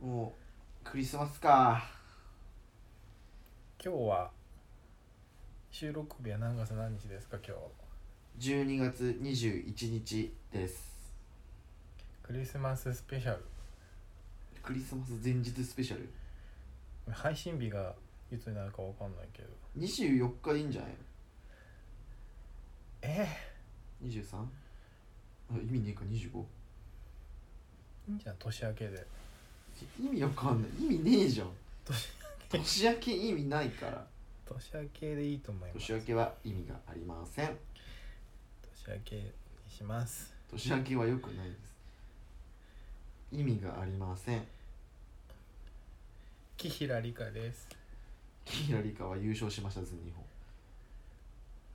もうクリスマスか今日は収録日は何月何日ですか今日12月21日ですクリスマススペシャルクリスマス前日スペシャル配信日がいつになるかわかんないけど24日でいいんじゃないえ ?23? あ意味ねえか 25? いいんじゃん年明けで意味わかんない意味ねえじゃん年年明け意味ないから年明けでいいと思いま年す明けは意味がありません年明けにします年明けは良くないです意味がありません木平理香です紀平梨花は優勝しました全日本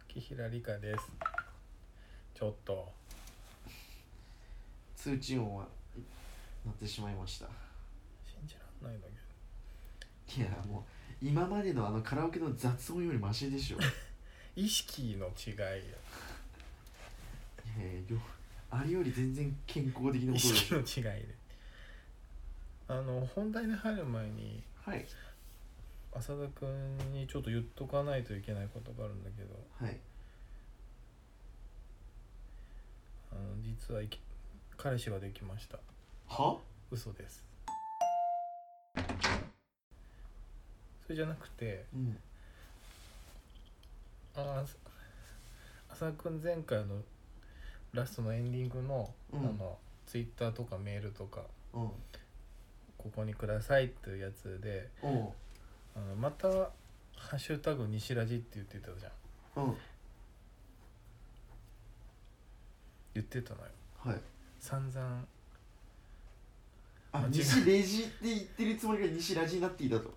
木平理香ですちょっと通知音は鳴ってしまいました信じらんないんだけどいやもう今までのあのカラオケの雑音よりマシでし ょい意識の違いやいやよあれより全然健康的なこと意でし識ょの違いであの本題に入る前にはい浅田君にちょっと言っとかないといけないことがあるんだけどはいあの実はいき彼氏ができましたは嘘ですそれじゃなくてうんああ浅田君前回のラストのエンディングの,、うんあのツイッターとかメールとかうんここにくださいっていうやつでおうあのまた「ハッシュタグ西ラジ」って言ってたじゃんうん言ってたのよはい散々あ間違い西レジって言ってるつもりが西ラジになっていたと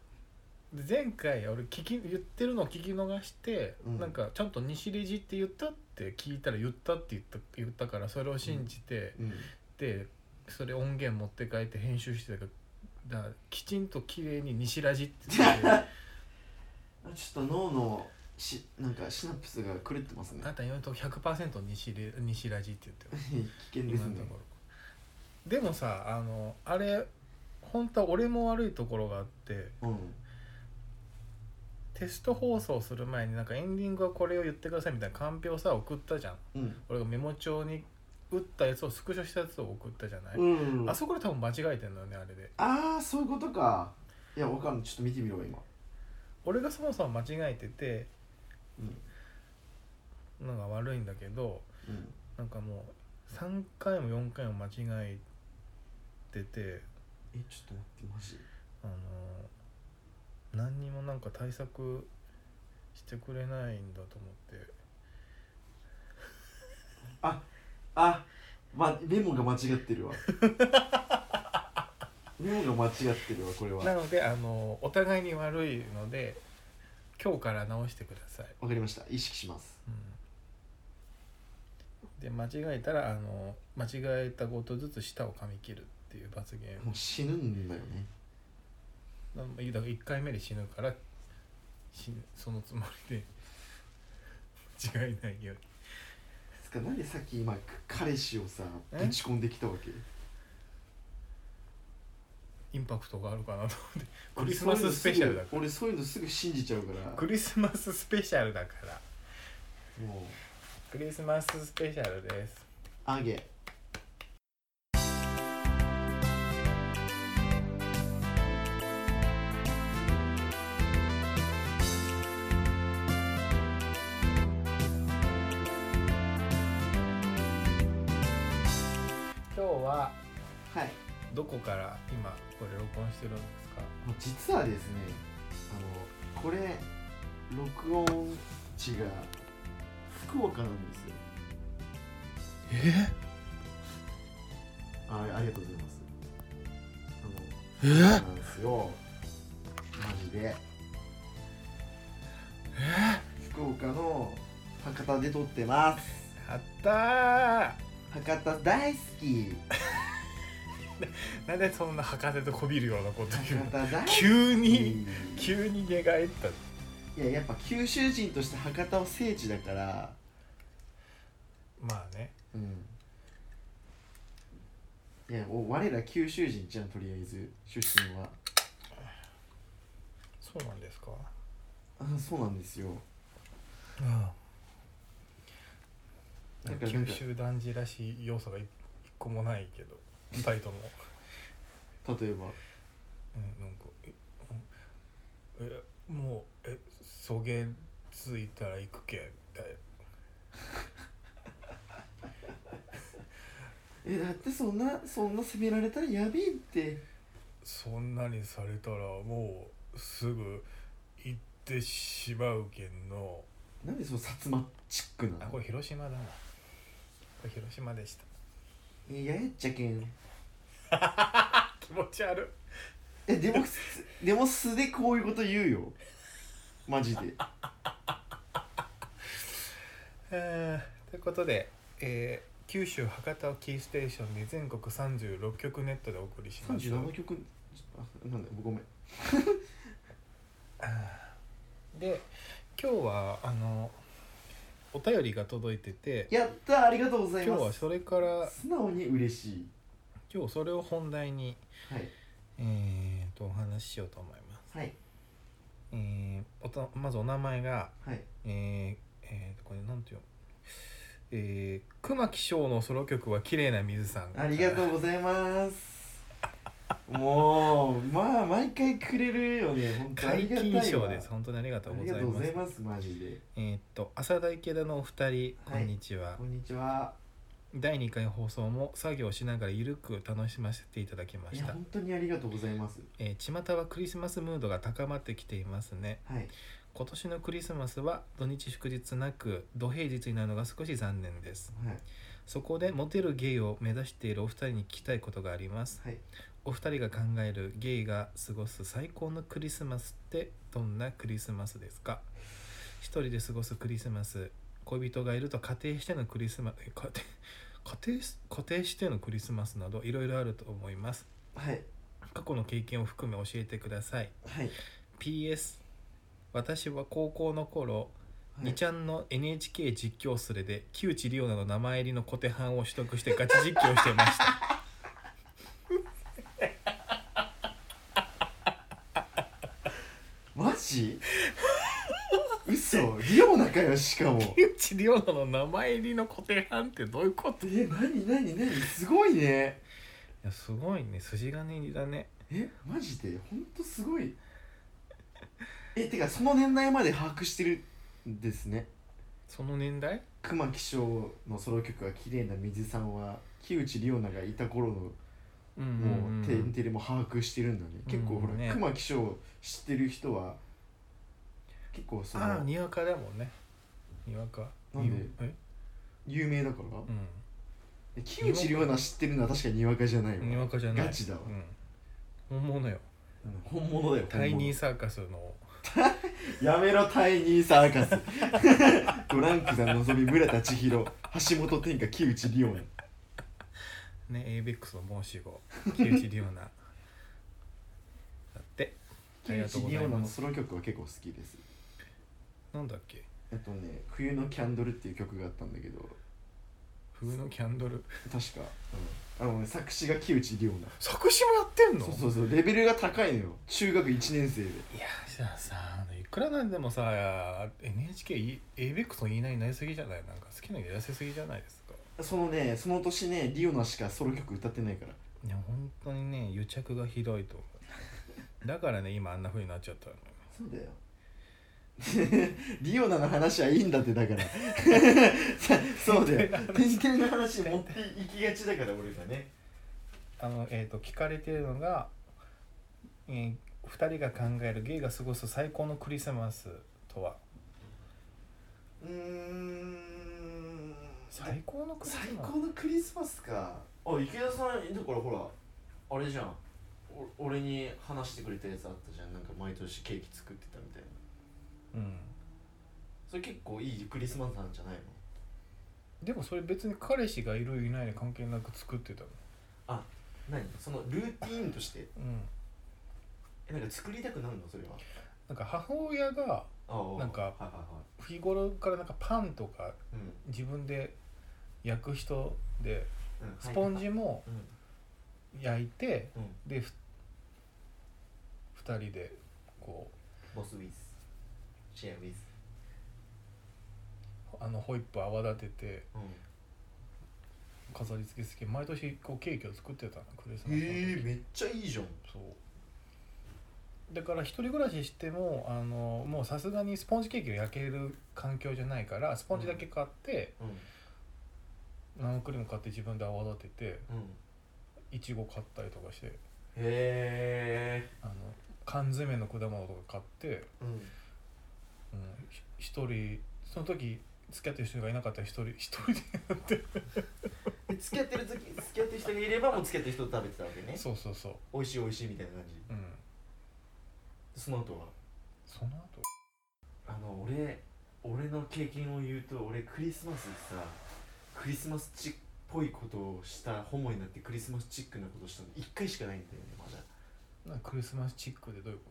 で前回俺聞き言ってるのを聞き逃して、うんなんかちゃんと「西レジ」って言ったって聞いたら言ったって言った言ったからそれを信じて、うんでそれ音源持って帰って編集してたからだからきちんと綺麗に「西ラジ」って言 ってあちょっと脳のしなんかシナプスが狂ってますねあなた今のとこ100%西レ西ラジって言ってる 危険です今のねところでもさあのあれ本当は俺も悪いところがあってうんテスト放送する前になんかエンディングはこれを言ってくださいみたいなカンペをさ送ったじゃんうん俺がメモ帳に打ったやつをスクショしたやつを送ったじゃない、うんあそこで多分間違えてんのよねあれでああそういうことかいやわかんないちょっと見てみろ今俺がそもそも間違えててうんのが悪いんだけどうんなんかもう3回も4回も間違えててえちょっと待ってマジあのー何にもなんか対策してくれないんだと思ってあまメモが間違って るわメモが間違ってるわこれはなのであのーお互いに悪いので今日から直してくださいわかりました意識しますで間違えたらあの間違えたことずつ舌を噛み切るっていう罰ゲームもう死ぬんだよねなだから1回目で死ぬから死ぬそのつもりで間違いないようにつかなんでさっき今く彼氏をさえぶち込んできたわけインパクトがあるかなと思ってクリスマススペシャルだから俺そういうのすぐ俺そういうのすぐ信じちゃうからクリスマススペシャルだからもうクリスマススペシャルですあげ今日ははいどこから今これ録音してるんですかもう実はですねあのこれ録音地が福岡なんですよえあありがとうございますあのえなんですよマジで福岡の博多で撮ってますあった博多大好きーなんでそんな博士とこびるようなこと言うの博多大好 急きにい急に寝返ったややっぱ九州人として博多は聖地だからまあねうんいやお我ら九州人じゃんとりあえず出身はそうなんですかあそうなんですよあなんか九州男児らしい要素がい一個もないけど二人とも、例えばうん、なんかえうんえもうえそげついたら行くけみたいなえだってそんなそんな責められたらやべえってそんなにされたらもうすぐ行ってしまうけんのなんでその薩摩チックあなのこれ広島だなこれ広島でしたえややっちゃけん気持ち悪えでも すでも素でこういうこと言うよマジでいえーということで、えー九州博多をキーステーションに全国36局ネットでお送りします37曲あなんだごめんで今日はあのお便りが届いててやったーありがとうござい今日まはすそれから素直に嬉しい今日それを本題に、はいえー、とお話ししようと思います、はいえーおとまずお名前がはいえーえーこれなんていうえー、熊木翔のソロ曲は綺麗な水さんありがとうございますもうまあ毎回くれるよね本当あ解りがたい禁わ賞です本当にありがとあうごりがざいとうごまざすいますマジでえーっと浅田池田のお二人こんにちは、こんにちは第2回放送も作業しながらゆるく楽しませていただきまいしやた本当にありがとうございますえー、巷はクリスマスムードが高まってきていますねはい今年のクリスマスは土日祝日なく土平日になるのが少し残念ですはいそこでモテるゲイを目指しているお二人に聞きたいことがありますはいお二人が考えるゲイが過ごす最高のクリスマスってどんなクリスマスですか一人で過ごすクリスマス恋人がいると仮定してのクリスマスえ仮定仮定仮定してのクリスマスなどいろいろあると思いますはい過去の経験を含め教えてくださいはい PS 私は高校の頃、にちゃんの NHK 実況すれで木内梨央奈の名前入りの小手半を取得してガチ実況してましたマジ嘘リオナかよしかも木内梨央奈の名前入りの小手半ってどういうこといえ何何何すごいねやすごいね筋金入りだねえマジでほんとすごいえてかその年代まで把握してるんですねその年代熊木翔のソロ曲は綺麗な水さんは木内梨央奈がいた頃のもうんう「テンテレ」も把握してるんだね、結構ほら、うんね熊木翔知ってる人は結構そああのにわかだもんねにわかなんでにえ有名だから、うえ木内涼奈知ってるのは確かににわかじゃないわんにわかじゃないガチだわうん本物ようん本物だよタイニーーサーカスのやめろタイニーサーカス ドランクさんのぞみ村田千尋橋本天下木内涼奈ね、エイベックスの申し子、木内リオナ。だ って、あ木り内がとう涼ございます奈のソロ曲は結構好きですなんだっけ、えっとね「冬のキャンドル」っていう曲があったんだけど冬のキャンドル。確か、うんあのね作詞が木内涼奈作詞もやってんのそうそうそうレベルが高いのよ中学1年生でいや、じゃあさ、いくらなんでもさ、NHK い、エイベックスの言いなりになりすぎじゃないなんか好きなのやらせすぎじゃないですか。そのねその年ねリオナしかソロ曲歌ってないからいや、本当にね、癒着がひどいと思う。だからね、今あんな風になっちゃったの。そうだよ リオナの話はいいんだってだ からさそうだよ天天の話持っていきがちだから俺がねあの、えっ、と、聞かれてるのが、えー、2人が考えるゲイが過ごす最高のクリスマスとはうーん最高のクリスマス最高のクリスマスかあ池田さんだからほらあれじゃんお俺に話してくれたやつあったじゃんなんか毎年ケーキ作ってたみたいなうんそれ結構いいクリスマスなんじゃないのでもそれ別に彼氏がいるいないで関係なく作ってたも何そのルーティーンとしてん、うん、えなんか作りたくなるのそれはなんか母親がああなんかはいはいは日頃からなんかパンとかい、うん自分で焼く人でうん、スポンジもうん焼いてうんでふ2人でこボスウィズシェアウィズうあのホイップ泡立ててう飾り付け付け毎年こうケーキを作ってたのクリスマスんの時えー、めっちゃいいじゃんそうだから一人暮らししてもあのもうさすがにスポンジケーキが焼ける環境じゃないからスポンジだけ買って、うん生クリーム買って自分で泡立ててうんいちご買ったりとかしてへえあの缶詰の果物とか買って、うんうん、ひ一人その時付き合ってる人がいなかったら一人一人でやってで付き合ってる時付き合ってる人がいればもう付き合ってる人と食べてたわけねそうそうそう美味しい美味しいみたいな感じうんその後はその後あの俺俺の経験を言うと俺クリスマスでさクリスマスチックっぽいことをしたホモになってクリスマスチックなことしたの1回しかないんだよねまだなんかクリスマスチックでどういうこ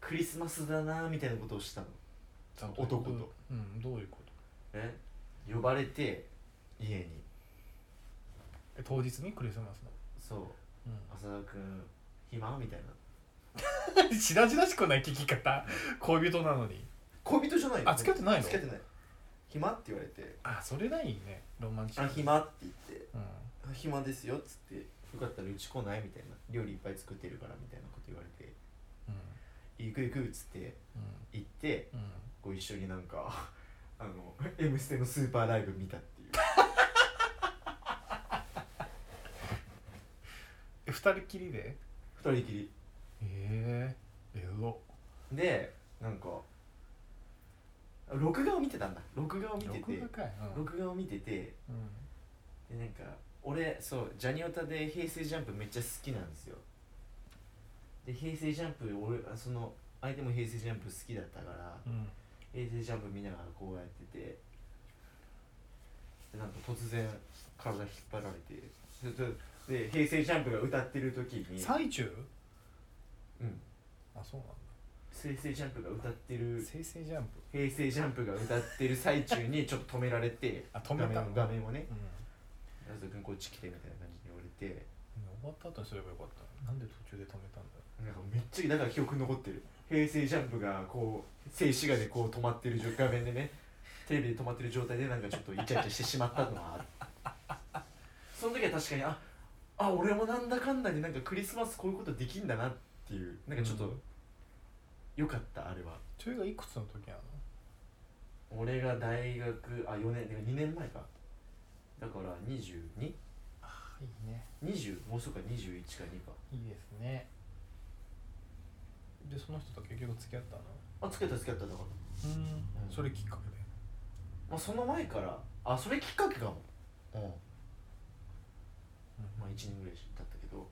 クリスマスだなーみたいなことをしたのと男とうんどういうことえ呼ばれて家にえ当日にクリスマスのそううん浅田君暇みたいな しらじらしくない聞き方恋人なのに恋人じゃないよあ付き合ってないの付き合ってない暇って言われてあそれないねロマンチックあ暇って言ってうんあ暇ですよっつってよかったらうち来ないみたいな料理いっぱい作ってるからみたいなこと言われてうん行く行くっつってう行ってんうんこう一緒になんか あの「M ステ」のスーパーライブ見たっていうえ二人きりで二人きりええエロでなんかあ録画を見てたんだ録画を見て録て画かいうん録画を見ててうんでなんか俺そうジャニオタで平成ジャンプめっちゃ好きなんですよで平成ジャンプ俺あその相手も平成ジャンプ好きだったからうん平成ジャンプ見ながらこうやっててでなんか突然体引っ張られてででで平成ジャンプが歌ってる時に、最中うん、あそうなん平成ジャンプが歌ってだる生成ジャンプ平成ジャンプが歌ってる最中にちょっと止められてあ止めた画面を画面をねうん「安田君こっち来て」みたいな感じに言われて終わった後にすればよかったなんで途中で止めたんだよなんかめっちゃだから記憶に残ってる平成ジャンプがこう静止画でこう止まってる状画面でねテレビで止まってる状態でなんかちょっとイチャイチャしてしまったのはあるその時は確かにああ俺もなんだかんだになんかクリスマスこういうことできんだなっていうなんかちょっうとん良かったあれはそれがいくつの時なの俺が大学あ4年だから2年前かだから 22? あいいね20もうそうか21か2かいいですねでその人と結局付き合ったのあつけたつけただから、うんそれきっかけでまあ、その前からあそれきっかけかもうんまあ1年ぐらい経ったけど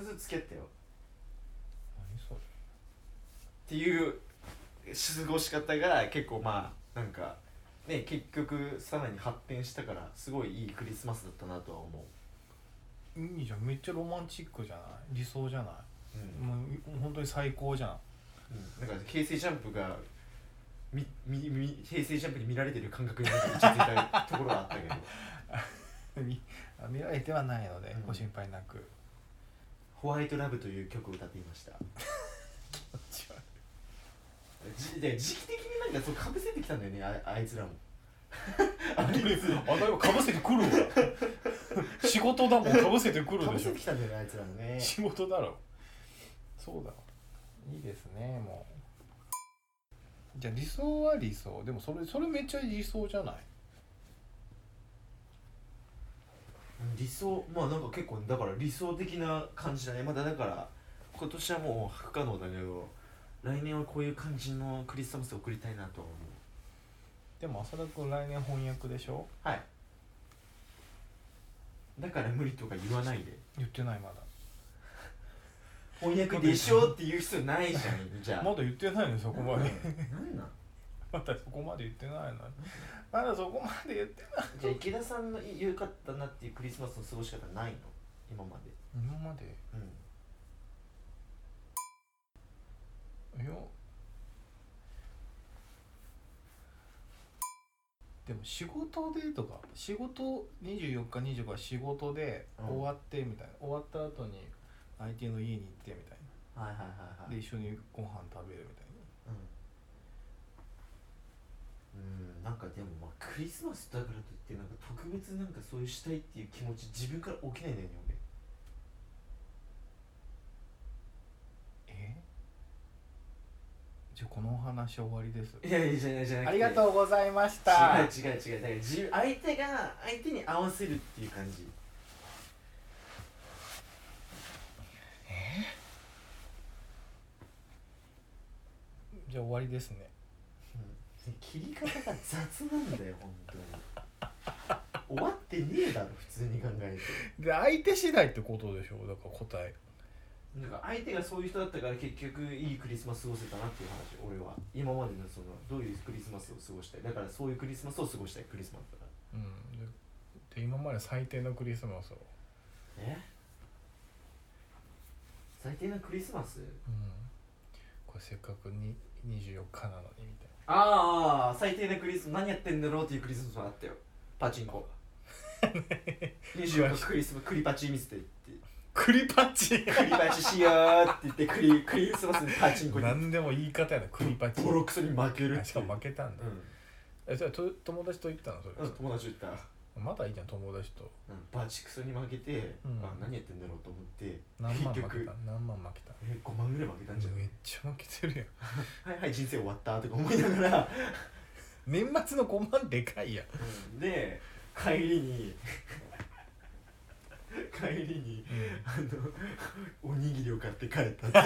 う んそれ付き合ったよっ何それていう過ごし方が結構まあなんかね結局さらに発展したからすごいいいクリスマスだったなとは思いいじゃんめっちゃロマンチックじゃない理想じゃなう、ういんもう本当に最高じゃんうん、なんか平成ジャンプがみみみ平成ジャンプに見られてる感覚になって落ち着いたところはあったけど 見見られてはないので、うんご心配なくホワイトラブという曲を歌っていましたじで時期的になんかそうかぶせてきたんだよねああいつらもあいつら あだよかぶせてくるわ仕事だもんかぶせてくるかぶでしせょてきたんだよねあいつらもね仕事だろそうだわいいですねもうじゃあ理想は理想でもそれそれめっちゃ理想じゃないうん理想まあなんか結構だから理想的な感じだねまだだから今年はもう不可能だけど来年はこういう感じのクリスマスを送りたいなとは思うでも浅田君来年翻訳でしょはいだから無理とか言わないで言ってないまだ翻訳でしょって言う必要ないじゃんじゃあまだ言ってないのそこまで何なん まだそこまで言ってないのにまだそこまで言ってないじゃあ池田さんの良かったなっていうクリスマスの過ごし方ないの今まで今までうんいやでも仕事でとか仕事24日25日仕事でうん終わってみたいな、終わった後に相手の家に行ってみたいはいはいはいな、はいで一緒にご飯食べるみたいなうん、うん、なんかでもまあクリスマスだからといってなんか特別なんかそういうしたいっていう気持ち自分から起きないんだよね俺えじゃあこのお話終わりですいやいやじゃないじゃなありがとううございまし違たう違う違うだから自相手が相手に合わせるっていう感じじゃあ終わりですねうん切り方が雑なんだよ本当に終わってねえだろ普通に考えで相手次第ってことでしょだから答えてなんか相手がそういう人だったから結局いいクリスマス過ごせたなっていう話俺は今までのそのどういうクリスマスを過ごしたいだからそういうクリスマスを過ごしたいクリスマスだからうんでで今まで最低のクリスマスをえ最低なクリスマスうんこれせっかくに24日なのにみたいああ最低なクリスマス何やってんだろうっていうクリスマスもあったよパチン コ24日クリスマスクリパチ見せ てってなクリパチクリパチしようって言ってクリクリスマスにパチンコに 何でも言い方やなクリパチボロクソに負けるっていうあしかも負けたんだ、えそれと友達と行ったのそれ、うん、うん、友達と言った、まだいいじゃん友達とうん、バチクソに負けて、うんあ何やってんだろうと思って何万負結け局た何万負けたえ5万ぐらい負けたんじゃなめっいちゃ負けてるやんはいはい人生終わったとか思いながら、年末の5万でかいやんうんで帰りに帰りにあのおにぎりを買って帰ったっていう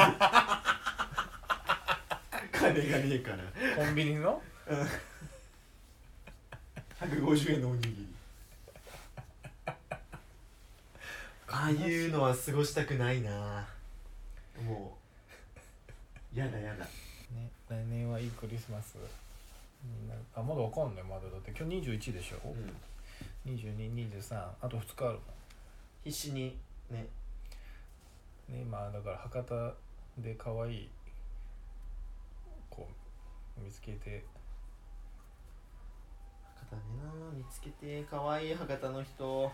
金がねえからコンビニの150円のおにぎりああいうのは過ごしたくないなもうやだやだね来年はいいクリスマスになるあまだわかんないまだだって今日21でしょ、うん2223あと2日あるも必死にねんね今だから博多で可愛い子見つけて博多ねな見つけて可愛い博多の人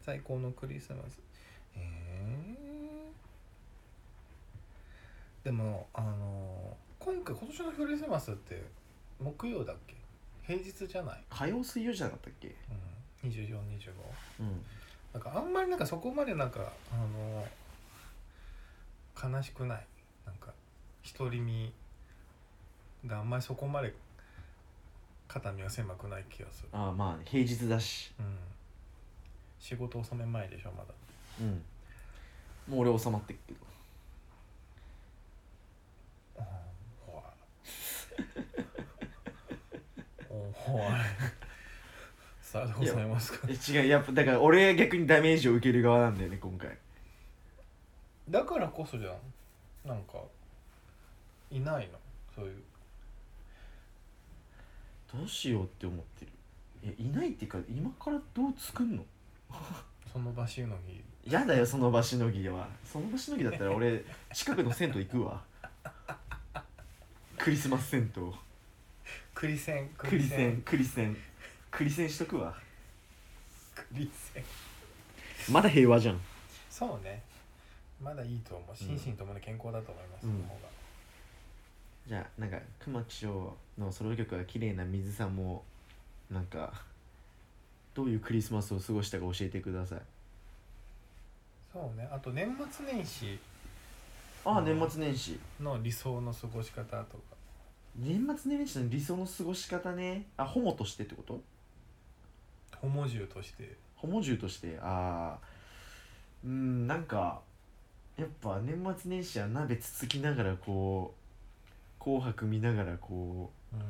最高のクリスマスえーでもあの今回今年のクリスマスって木曜だっけ平日じゃない、火曜水曜じゃなかったっけうん、2425うんなんかあんまりなんかそこまでなんかあの悲しくないなんか独り身があんまりそこまで肩身は狭くない気がする、ああまあ平日だしうん、仕事納め前でしょまだうんもう俺収まってっけどほわおほわさあどうございますかえ違うやっぱだから俺は逆にダメージを受ける側なんだよね今回だからこそじゃんなんかいないのそういうどうしようって思ってるえいないっていうか今からどう作んのその場しの日やだよその場しのぎはその場しのぎだったら俺 近くの銭湯行くわクリスマス銭湯クリセンククリセンクリセンクリセンしとくわクリセンまだ平和じゃんそうねまだいいと思う心身ともに健康だと思います、うんその方がじゃあなんか熊木翔のソロ曲は綺麗な水さんもなんかどういうクリスマスを過ごしたか教えてくださいそうねあと年末年始ああうん年末年始の理想の過ごし方とか年末年始の理想の過ごし方ねあホモとしてってことホモ重としてホモ獣としてあーうんなんかやっぱ年末年始は鍋つつきながらこう「紅白」見ながらこううん、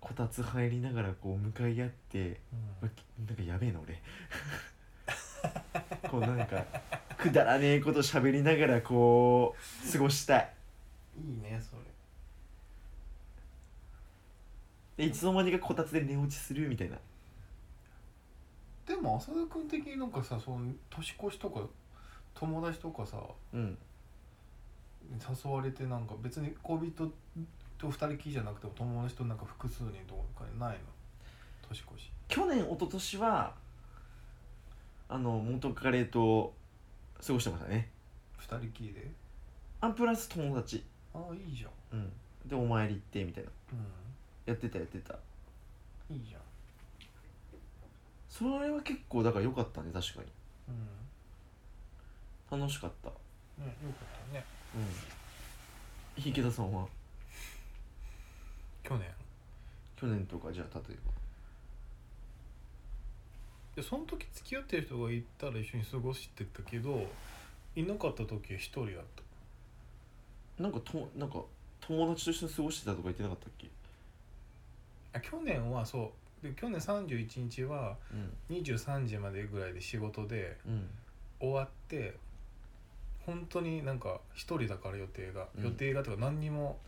こたつ入りながらこう向かい合ってううわん、きなんかやべえな俺 こうなんかくだらねえこと喋りながらこう過ごしたいいいねそれでいつの間にかこたつで寝落ちするみたいなでも浅田君的になんかさその年越しとか友達とかさうん誘われてなんか別に恋人と二人きりじゃなくても友達となんか複数人とかないの年越し去年一昨年はあの元カレと過ごしてましたね二人きりでアンプラス友達ああいいじゃうんんでお参り行ってみたいなうやってたやってたんいいじゃんそれは結構だから良かったね確かうんに楽しかったねよかったねうん池田さんは去年去年とかじゃあ例えでその時付き合ってる人がいたら一緒に過ごしてたけどいなかった時は一人だったばなんかとなんか友達と一緒に過ごしてたとか言ってなかったっけあ去年はそうで去年31日はうん23時までぐらいで仕事でうん終わって本当になんか一人だから予定が、うん予定がとか何にも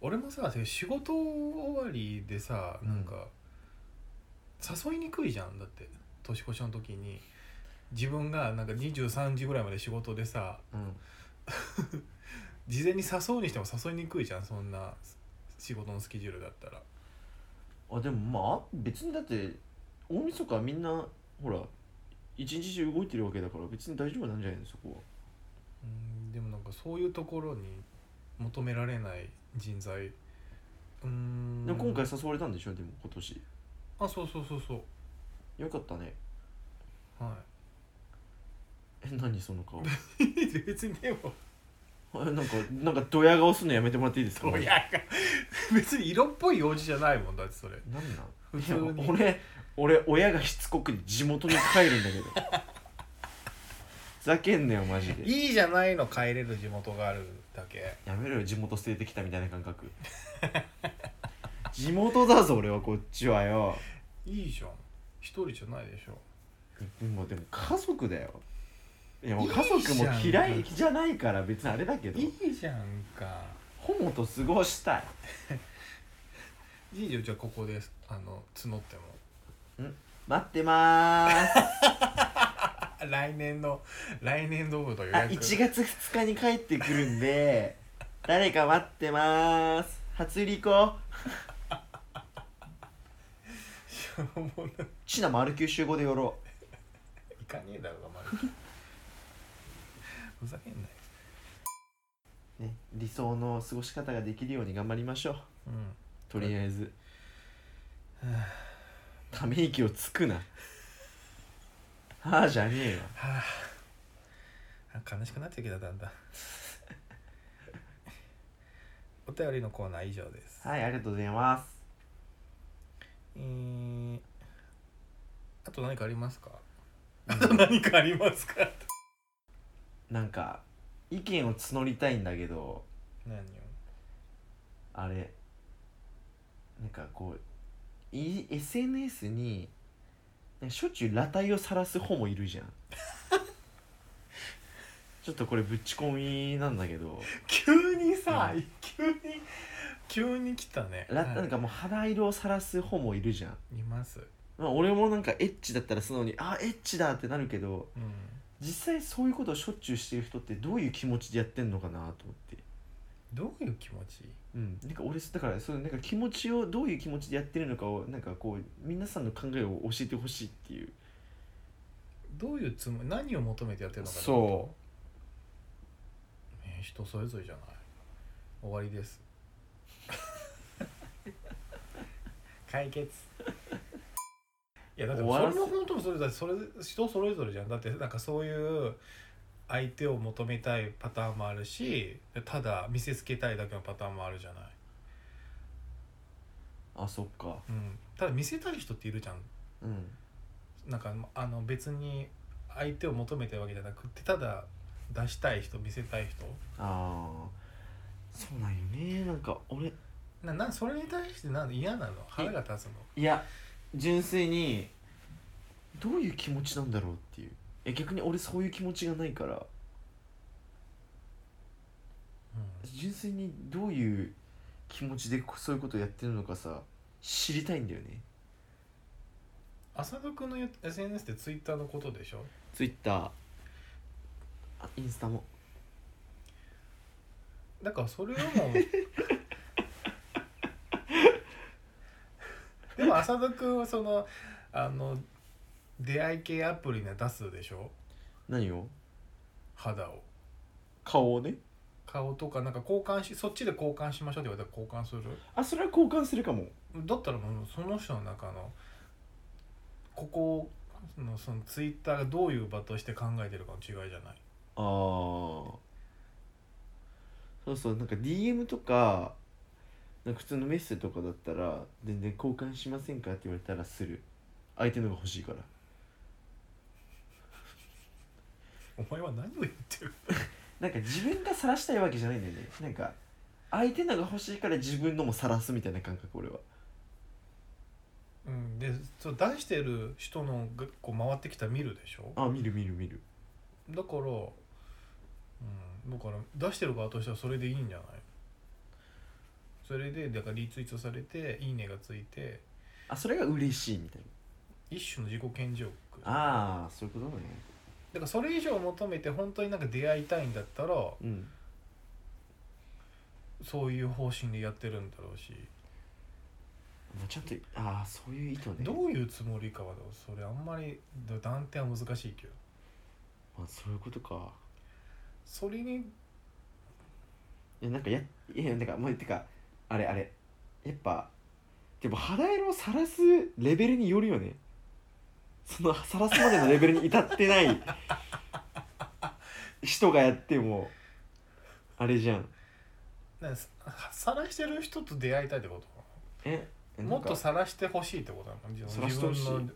俺もさ仕事終わりでさなんか誘いにくいじゃんだって年越しの時に自分がなんか23時ぐらいまで仕事でさうん事前に誘うにしても誘いにくいじゃんそんな仕事のスケジュールだったらあでもまあ別にだって大晦日はみんなほら一日中動いてるわけだから別に大丈夫なんじゃないのそこはうんでもなんかそういうところに求められない人材うーんでも今回誘われたんでしょでも今年あそうそうそうそうよかったねはえ何その顔 えい 別にでもなんかなんかドヤ顔するのやめてもらっていいですかどうやか別に色っぽい用事じゃないもんだってそれなんなん普通にいや俺俺親がしつこく地元に帰るん だけどふざけんなよマジでいいじゃないの帰れる地元があるだけやめろよ地元捨ててきたみたいな感覚 地元だぞ俺はこっちはよいいじゃん一人じゃないでしょでもでも家族だよいやもういい家族もじゃん嫌いじゃないから別にあれだけどいいじゃんかホモと過ごしたいいいよじゃあここであの募っても待ってまーすあ来年の来年度部の予あ約1月2日に帰ってくるんで誰か待ってまーす初売り行こうもうなちな丸九集合で寄ろいかねえだろうがま るふざけんなよう、ね、理想の過ごし方ができるように頑張りましょううんとりあえずため息をつくなはあじゃねえよはああ悲しくなってきただんだ んお便りのコーナー以上です、はいありがとうございますえーあと何かありますかあと 何かありますかなんか意見を募りたいんだけど何をあれなんかこうい SNS になんかしょっちゅう裸体を晒す方もいる じゃんちょっとこれぶっち込みなんだけど急にさ、う急に急に来たねらはいなんかもう肌色を晒す方もいるじゃん、いますまあ、俺もなんかエッチだったら素直にあエッチだってなるけどうん実際そういうことをしょっちゅうしてる人ってどういう気持ちでやってんのかなと思ってどういう気持ちうん、なんか俺だからそうなんか気持ちをどういう気持ちでやってるのかをなんかこう皆さんの考えを教えてほしいっていうどういうつもり何を求めてやってるのかってことそね人それぞれじゃない終わりです 解決いやだってそ終われらせも本当にそれだってそれ人それぞれじゃんだってなんかそういう相手を求めたいパターンもあるしただ見せつけたいだけのパターンもあるじゃない、あそっかうん、ただ見せたい人っているじゃんうんなんかあの別に相手を求めてるわけじゃなくてただ出したい人見せたい人ああそうなんよねなんか俺ななそれに対してなん嫌なの腹が立つのいや純粋にどういう気持ちなんだろうっていうえ逆に俺そういう気持ちがないからうん純粋にどういう気持ちでこそういうことをやってるのかさ知りたいんだよね浅田君の言う SNS ってツイッターのことでしょツイッターあインスタもだからそれはもう でも浅田君はそのあの出会い系アプリには出すでしょ何を肌を顔をね顔とかなんか交換しそっちで交換しましょうって言われたら交換するあそれは交換するかもだったらもうその人の中のここのそのツイッターがどういう場として考えてるかの違いじゃないあーそうそうなんか DM とかなんか普通のメッセとかだったら全然交換しませんかって言われたらする相手のが欲しいからお前は何を言ってるなんか自分が晒したいわけじゃないんだよねなんか相手のが欲しいから自分のも晒すみたいな感覚俺はうん、でそう出してる人のがこう回ってきたら見るでしょあ見る見る見るだから、うん、だから出してる側としてはそれでいいんじゃないそれでだからリツイートされて「いいね」がついてあそれが嬉しいみたい一種の自己顕示欲なああそういうことねだからそれ以上求めて本当になんか出会いたいんだったらうんそういう方針でやってるんだろうしまあちょっとああそういう意図ねどういうつもりかはそれあんまりだ断定は難しいけどまあそういうことかそれにいやなんかやいやなんかもうてかあれあれやっぱでも肌色を晒すレベルによるよねその晒すまでのレベルに至ってない 人がやってもあれじゃんなんかさらしてる人と出会いたいってことえなんかもっとさらしてほしいってことなの自分晒してほしい自分の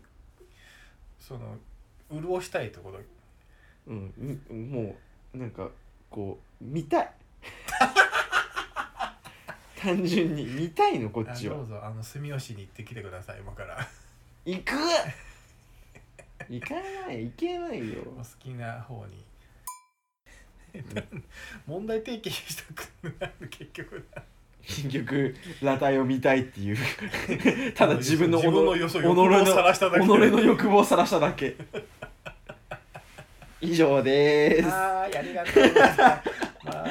その潤したいってことうんみもうなんかこう見 たい単純に見たいのこっあちはどうぞあの住吉に行ってきてください今から行く行かない行けない よお好きな方に問題提起したくなる結局結局裸体を見たいって いうただ自分の己自分のよそ己欲望をさらしただけの欲望をさらしただ け以上ですはーいありがとうございます、まあ、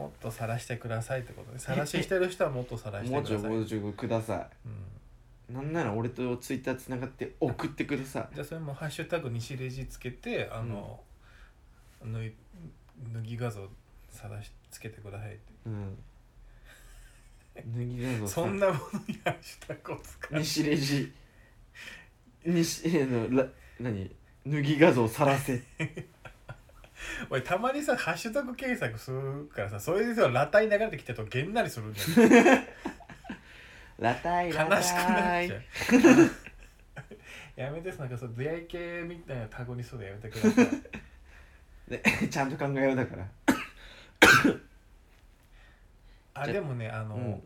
もっとさらしてくださいってことでさらししてる人はもっとさらしてもうくちょだいさもい、うん、うちょいくださいなんなら俺とツイッターつながって送ってくださいじゃあそれも「ハッシュタグ西レジ」つけてあの、脱い脱ぎ画像さらしつけてくださいってうん脱ぎなぞ そんなものにハッシュタグを使う西レジ西えーのら何脱ぎ画像さら せ俺たまにさハッシュタグ検索するからさそれでさ裸体流れてきたとげんなりするんだ よ裸体悲しく裸なっちゃ体う やめてなんかそう出会い系みたいなタグにするのやめてくださ い ねちゃんと考えようだからあじゃでもねあの、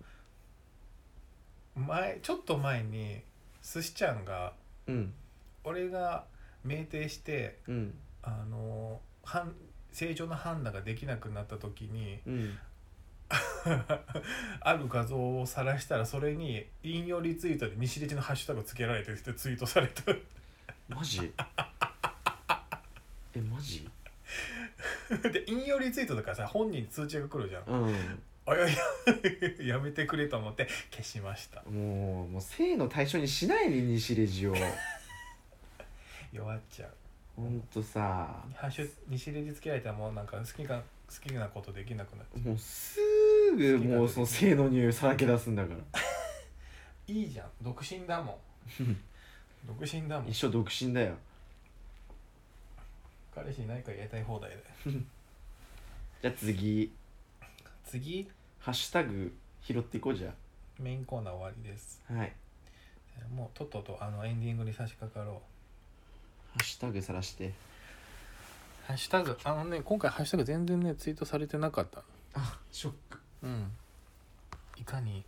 前ちょっと前にすしちゃんがうん俺が酩酊してうんあの判正常な判断ができなくなった時に うんある画像を晒したらそれに引用リツイートで西レジのハッシュタグつけられてってツイートされた マジえマジで引用リツイートだからさ本人に通知が来るじゃんうんあいやいや やめてくれと思って消しましたもうもう性の対象にしないで西レジを弱っちゃうほんとさハッシュ西レジつけられたらもうなんか好きが好きなことできなくなっちゃもうすぐもうその性の匂いをさらけ出すんだからういいじゃん独身だもん独身だもん一生独身だよ彼氏いないからやりたい放題でじゃあ次次ハッシュタグ拾っていこうじゃメインコーナー終わりですあはいもうとっととあのエンディングに差し掛かろうハッシュタグさらしてハッシュタグあのね今回ハッシュタグ全然ねツイートされてなかったあショックうんいかに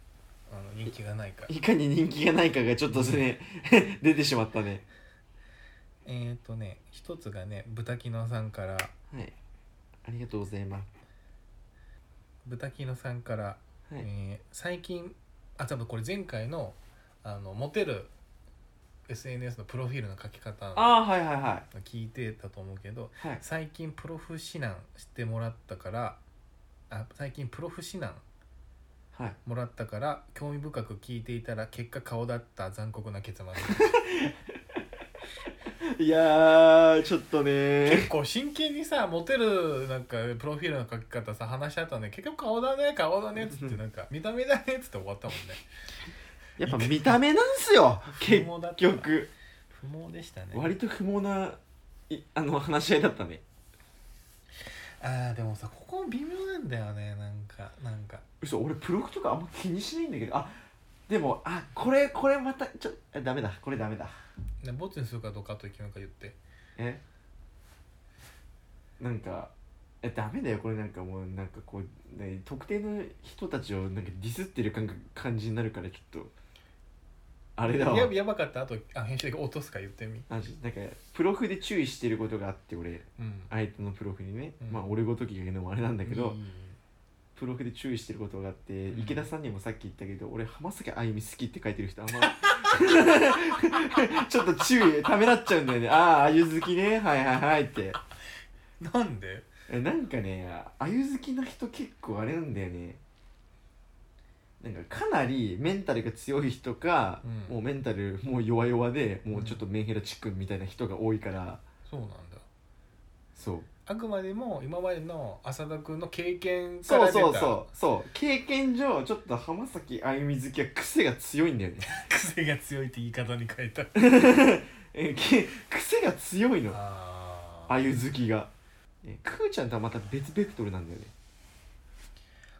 あの人気がないかいかに人気がないかがちょっとね 出てしまったねえー、っとね一つがね豚キノさんからはいありがとうございます豚キノさんから、はい、えー最近あ多分これ前回のあのモテる SNS のプロフィールの書き方のああはいはいは聞いてたと思うけどいはい最近プロフ指南してもらったからあ最近プロフ指南はいもらったから、興味深く聞いていたら結果顔だった残酷な結末 いやーちょっとね結構真剣にさモテるなんかプロフィールの書き方さ話し合ったのね結局顔だね顔だねっつってなんか見た目だねっつって終わったもんねやっぱ見た目なんすよ結毛だった局不毛でしたね割と不毛ないあの話し合いだったねあーでもさここも微妙なんだよねなんかなんか嘘俺プログとかあんま気にしないんだけどあでもあこれこれまたちょあダメだこれダメだねボツにするかどうかと決めるか言ってえなんかえダメだよこれなんかもうなんかこう、ね、特定の人たちをなんかディスってる感覚感じになるからちょっとあれだわややばかったあとあ編集で落とすか言ってみマジなんかプロフで注意してることがあって俺うん相手のプロフにね、うんまあ俺ごときが言うのもあれなんだけど、いいプロフで注意してることがあって、うん池田さんにもさっき言ったけど俺浜崎あゆみ好きって書いてる人あんま ちょっと注意ためらっちゃうんだよねあああゆ好きねはいはいはいってなんでえなんかねあゆ好きな人結構あれなんだよねなんかかなりメンタルが強い人か、うんもうメンタルもう弱々でもううんちょっとメンヘラチックみたいな人が多いから、そうなんだそうあくまでも今までの浅田君の経験かそらう出たそうそうそう経験上ちょっと浜崎あゆみ好きは癖が強いんだよね癖が強いって言い方に変えたえけ癖が強いのああゆ好きが、ね、くーちゃんとはまた別ベクトルなんだよね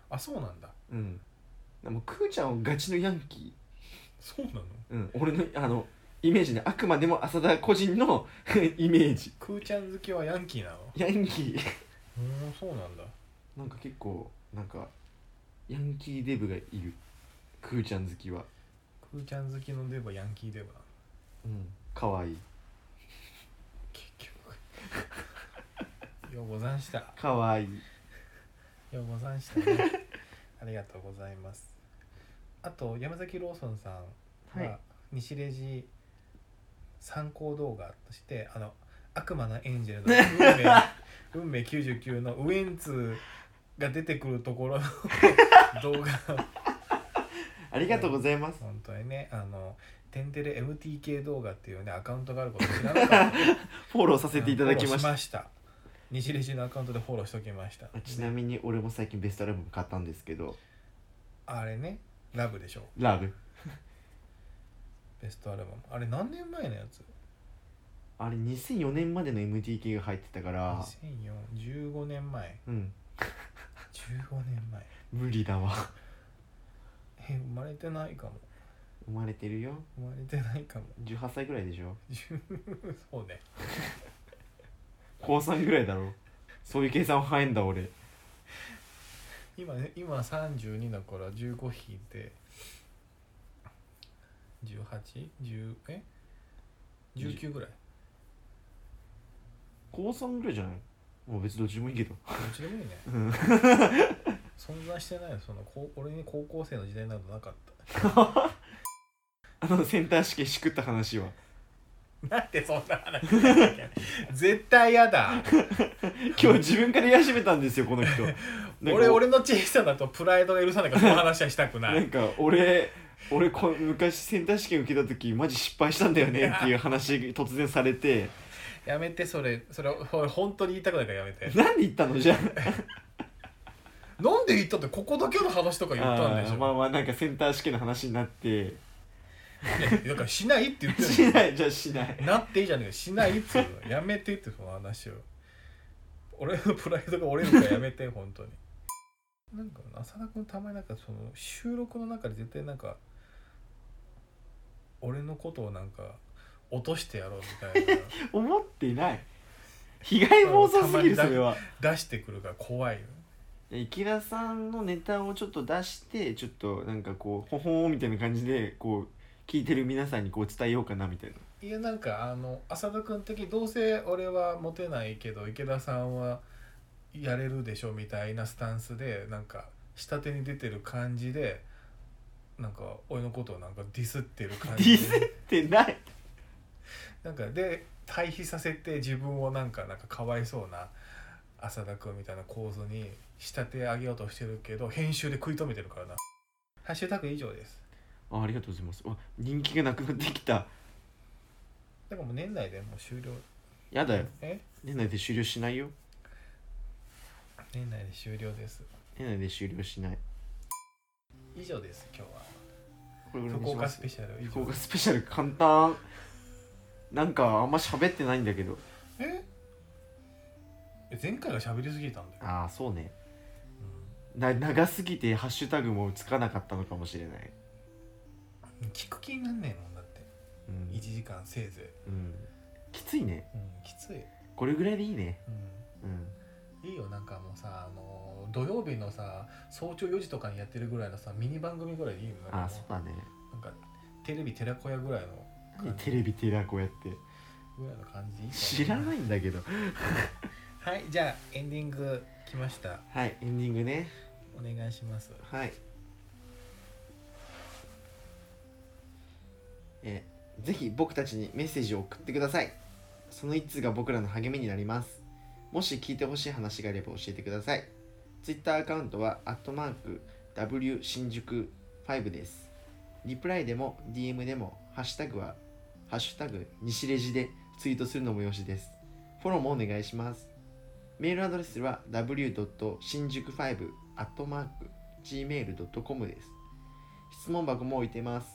あそうなんだうんでもくーちゃんはガチのヤンキーそうなのうん、俺のあのイメージねあくまでも浅田個人の イメージクーちゃん好きはヤンキーなのヤンキーうーんそうなんだなんか結構なんかヤンキーデブがいるクーちゃん好きはクーちゃん好きのデブはヤンキーデブなのうんかわいい結局 ようござんしたかわいいようござんしたねありがとうございますあと山崎ローソンさんは、はい西レジ参考動画としてあの悪魔なエンジェル の運命運命99のウエンツが出てくるところの動画ありがとうございます、本当にねあのテンテレ MTK 動画っていうねアカウントがあること知らなかった フォローさせていただきまし、フォローしたました西レジのアカウントでフォローしときましたあちなねみに俺も最近ベストアルバム買ったんですけどあれねラブでしょ「ラブベストアルバムあれ何年前のやつあれ2004年までの MTK が入ってたから200415年前うん15年前無理だわえ生まれてないかも生まれてるよ生まれてないかも 18歳ぐらいでしょ10そうね高3ぐらいだろそういう計算は早いんだ俺今ね今32だから15引いて1810え19ぐらい高三ぐらいじゃないもう別にどっちでもいいけど どっちでもいいねうん存在してないよそのこう俺に高校生の時代などなかっあのセンター試験しくった話は たなんでそんな話しなきゃいけない絶対やだ今日自分から言い始めたんですよこの 人なんか俺俺の小さなとプライドが許さないからその話はしたくないなんか俺俺こ昔センター試験受けた時マジ失敗したんだよねっていう話突然されてやめてそれそれほ本当に言いたくないからやめてなんで言ったのじゃあなんで言ったってここだけの話とか 言ったんでしあーょまあまあなんかセンター試験の話になってねだからし ないって言ってるしないじゃあしないなっていいじゃねえかしないっていうのやめてってその話を俺のプライドが折れるからやめて本当に なんか浅田君たまになんかその収録の中で絶対なんか俺のことをなんか落としてやろうみたい思ってない被害妄想すぎるそれはな 出してくるから怖いよ池田さんのネタをちょっと出してちょっとなんかこうほほーみたいな感じでこう聞いてる皆さんにこう伝えようかなみたいないやなんかあの浅田君的にどうせ俺はモテないけど池田さんはやれるでしょみたいなスタンスでなんか下手に出てる感じでなんか俺のことをなんかディスってる感ディじスっでてないなんかで対比させて自分をなんかなんかかわいそうな浅田君みたいな構図に仕立て上げようとしてるけど編集で食い止めてるからなハッシュタグ以上ですあありがとうございますわ人気がなくなってきただからもう年内でもう終了やだよえ年内で終了しないよ年内で終了です年内で終了しない以上です今日はこれぐらいに福しま岡すスペシャル以福上岡スペシャル簡単なんかあんま喋ってないんだけどええ前回が喋りすぎたんだよ、ああそうねうな長すぎてハッシュタグもつかなかったのかもしれない、ん、聞く気になんねえもんだってうん1時間せいぜうん、きついねい、うん、きつい、これぐらいでいいねううんん、いいよなんかもうさあの土曜日のさ早朝4時とかにやってるぐらいのさミニ番組ぐらいでいいよなんかもあうあそうだねなんかテレビ寺子屋ぐらいの何テレビテラこうやってぐらいの感じいいか知らないんだけどはいじゃあエンディング来ましたはいエンディングねお願いしますはいえーぜひ僕たちにメッセージを送ってくださいその一通が僕らの励みになりますもし聞いてほしい話があれば教えてください Twitter アカウントはアットマーク W 新宿5ですリプライでも DM でもハッシュタグはハッシュタグ西レジでツイートするのもよしですフォローもお願いしますメールアドレスは w. 新宿5アットマーク gmail.com です。質問箱も置いてます。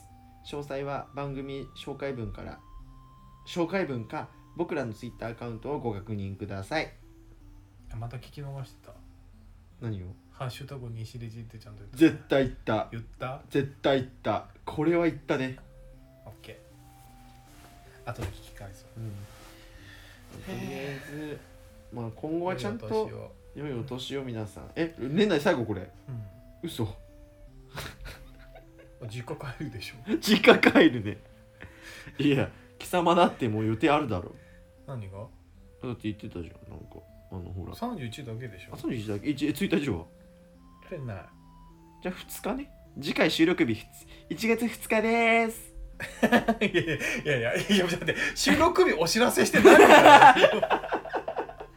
詳細は番組紹介文から、紹介文か僕らの Twitter アカウントをご確認ください。あまた聞き逃してた何を「ハッシュタグ西レジ」ってちゃんと言った絶対言った。言った絶対言った。これは言ったね。オッケー後で聞き返すうん、とりあえず、まあ、今後はちゃん良いおと年を良いお年を皆さん。え、年内最後これ嘘。うん実家帰るでしょ実家帰るね。いや、貴様だってもう予定あるだろ。何がだって言ってたじゃん、なんか。あの、ほら。 31だけでしょあ、そうだっけ ?1 日は取れない じゃあ2日ね。次回収録日1月2日です。いやいやいやいやいやちょっと待って収録日お知らせしてないから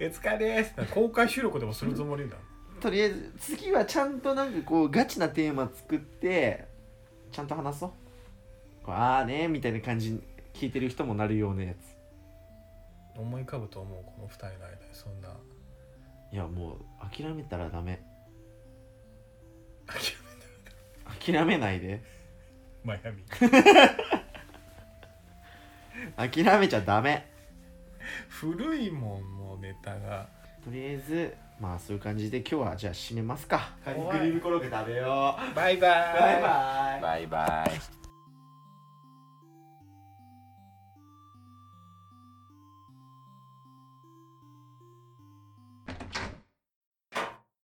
月日です公開収録でもするつもりだとりあえず次はちゃんとなんかこうガチなテーマ作ってちゃんと話そう。こうああねみたいな感じに聞いてる人もなるようなやつ。思い浮かぶと思うこの二人の間にそんない やもう諦めたらダメ。諦 諦めないで。めたマイアミ諦めちゃダメ。古いもんもうネタがとりあえずまあそういう感じで今日はじゃあ締めますか。カニクリームコロッケ食べようバイバイバイバイバイバイ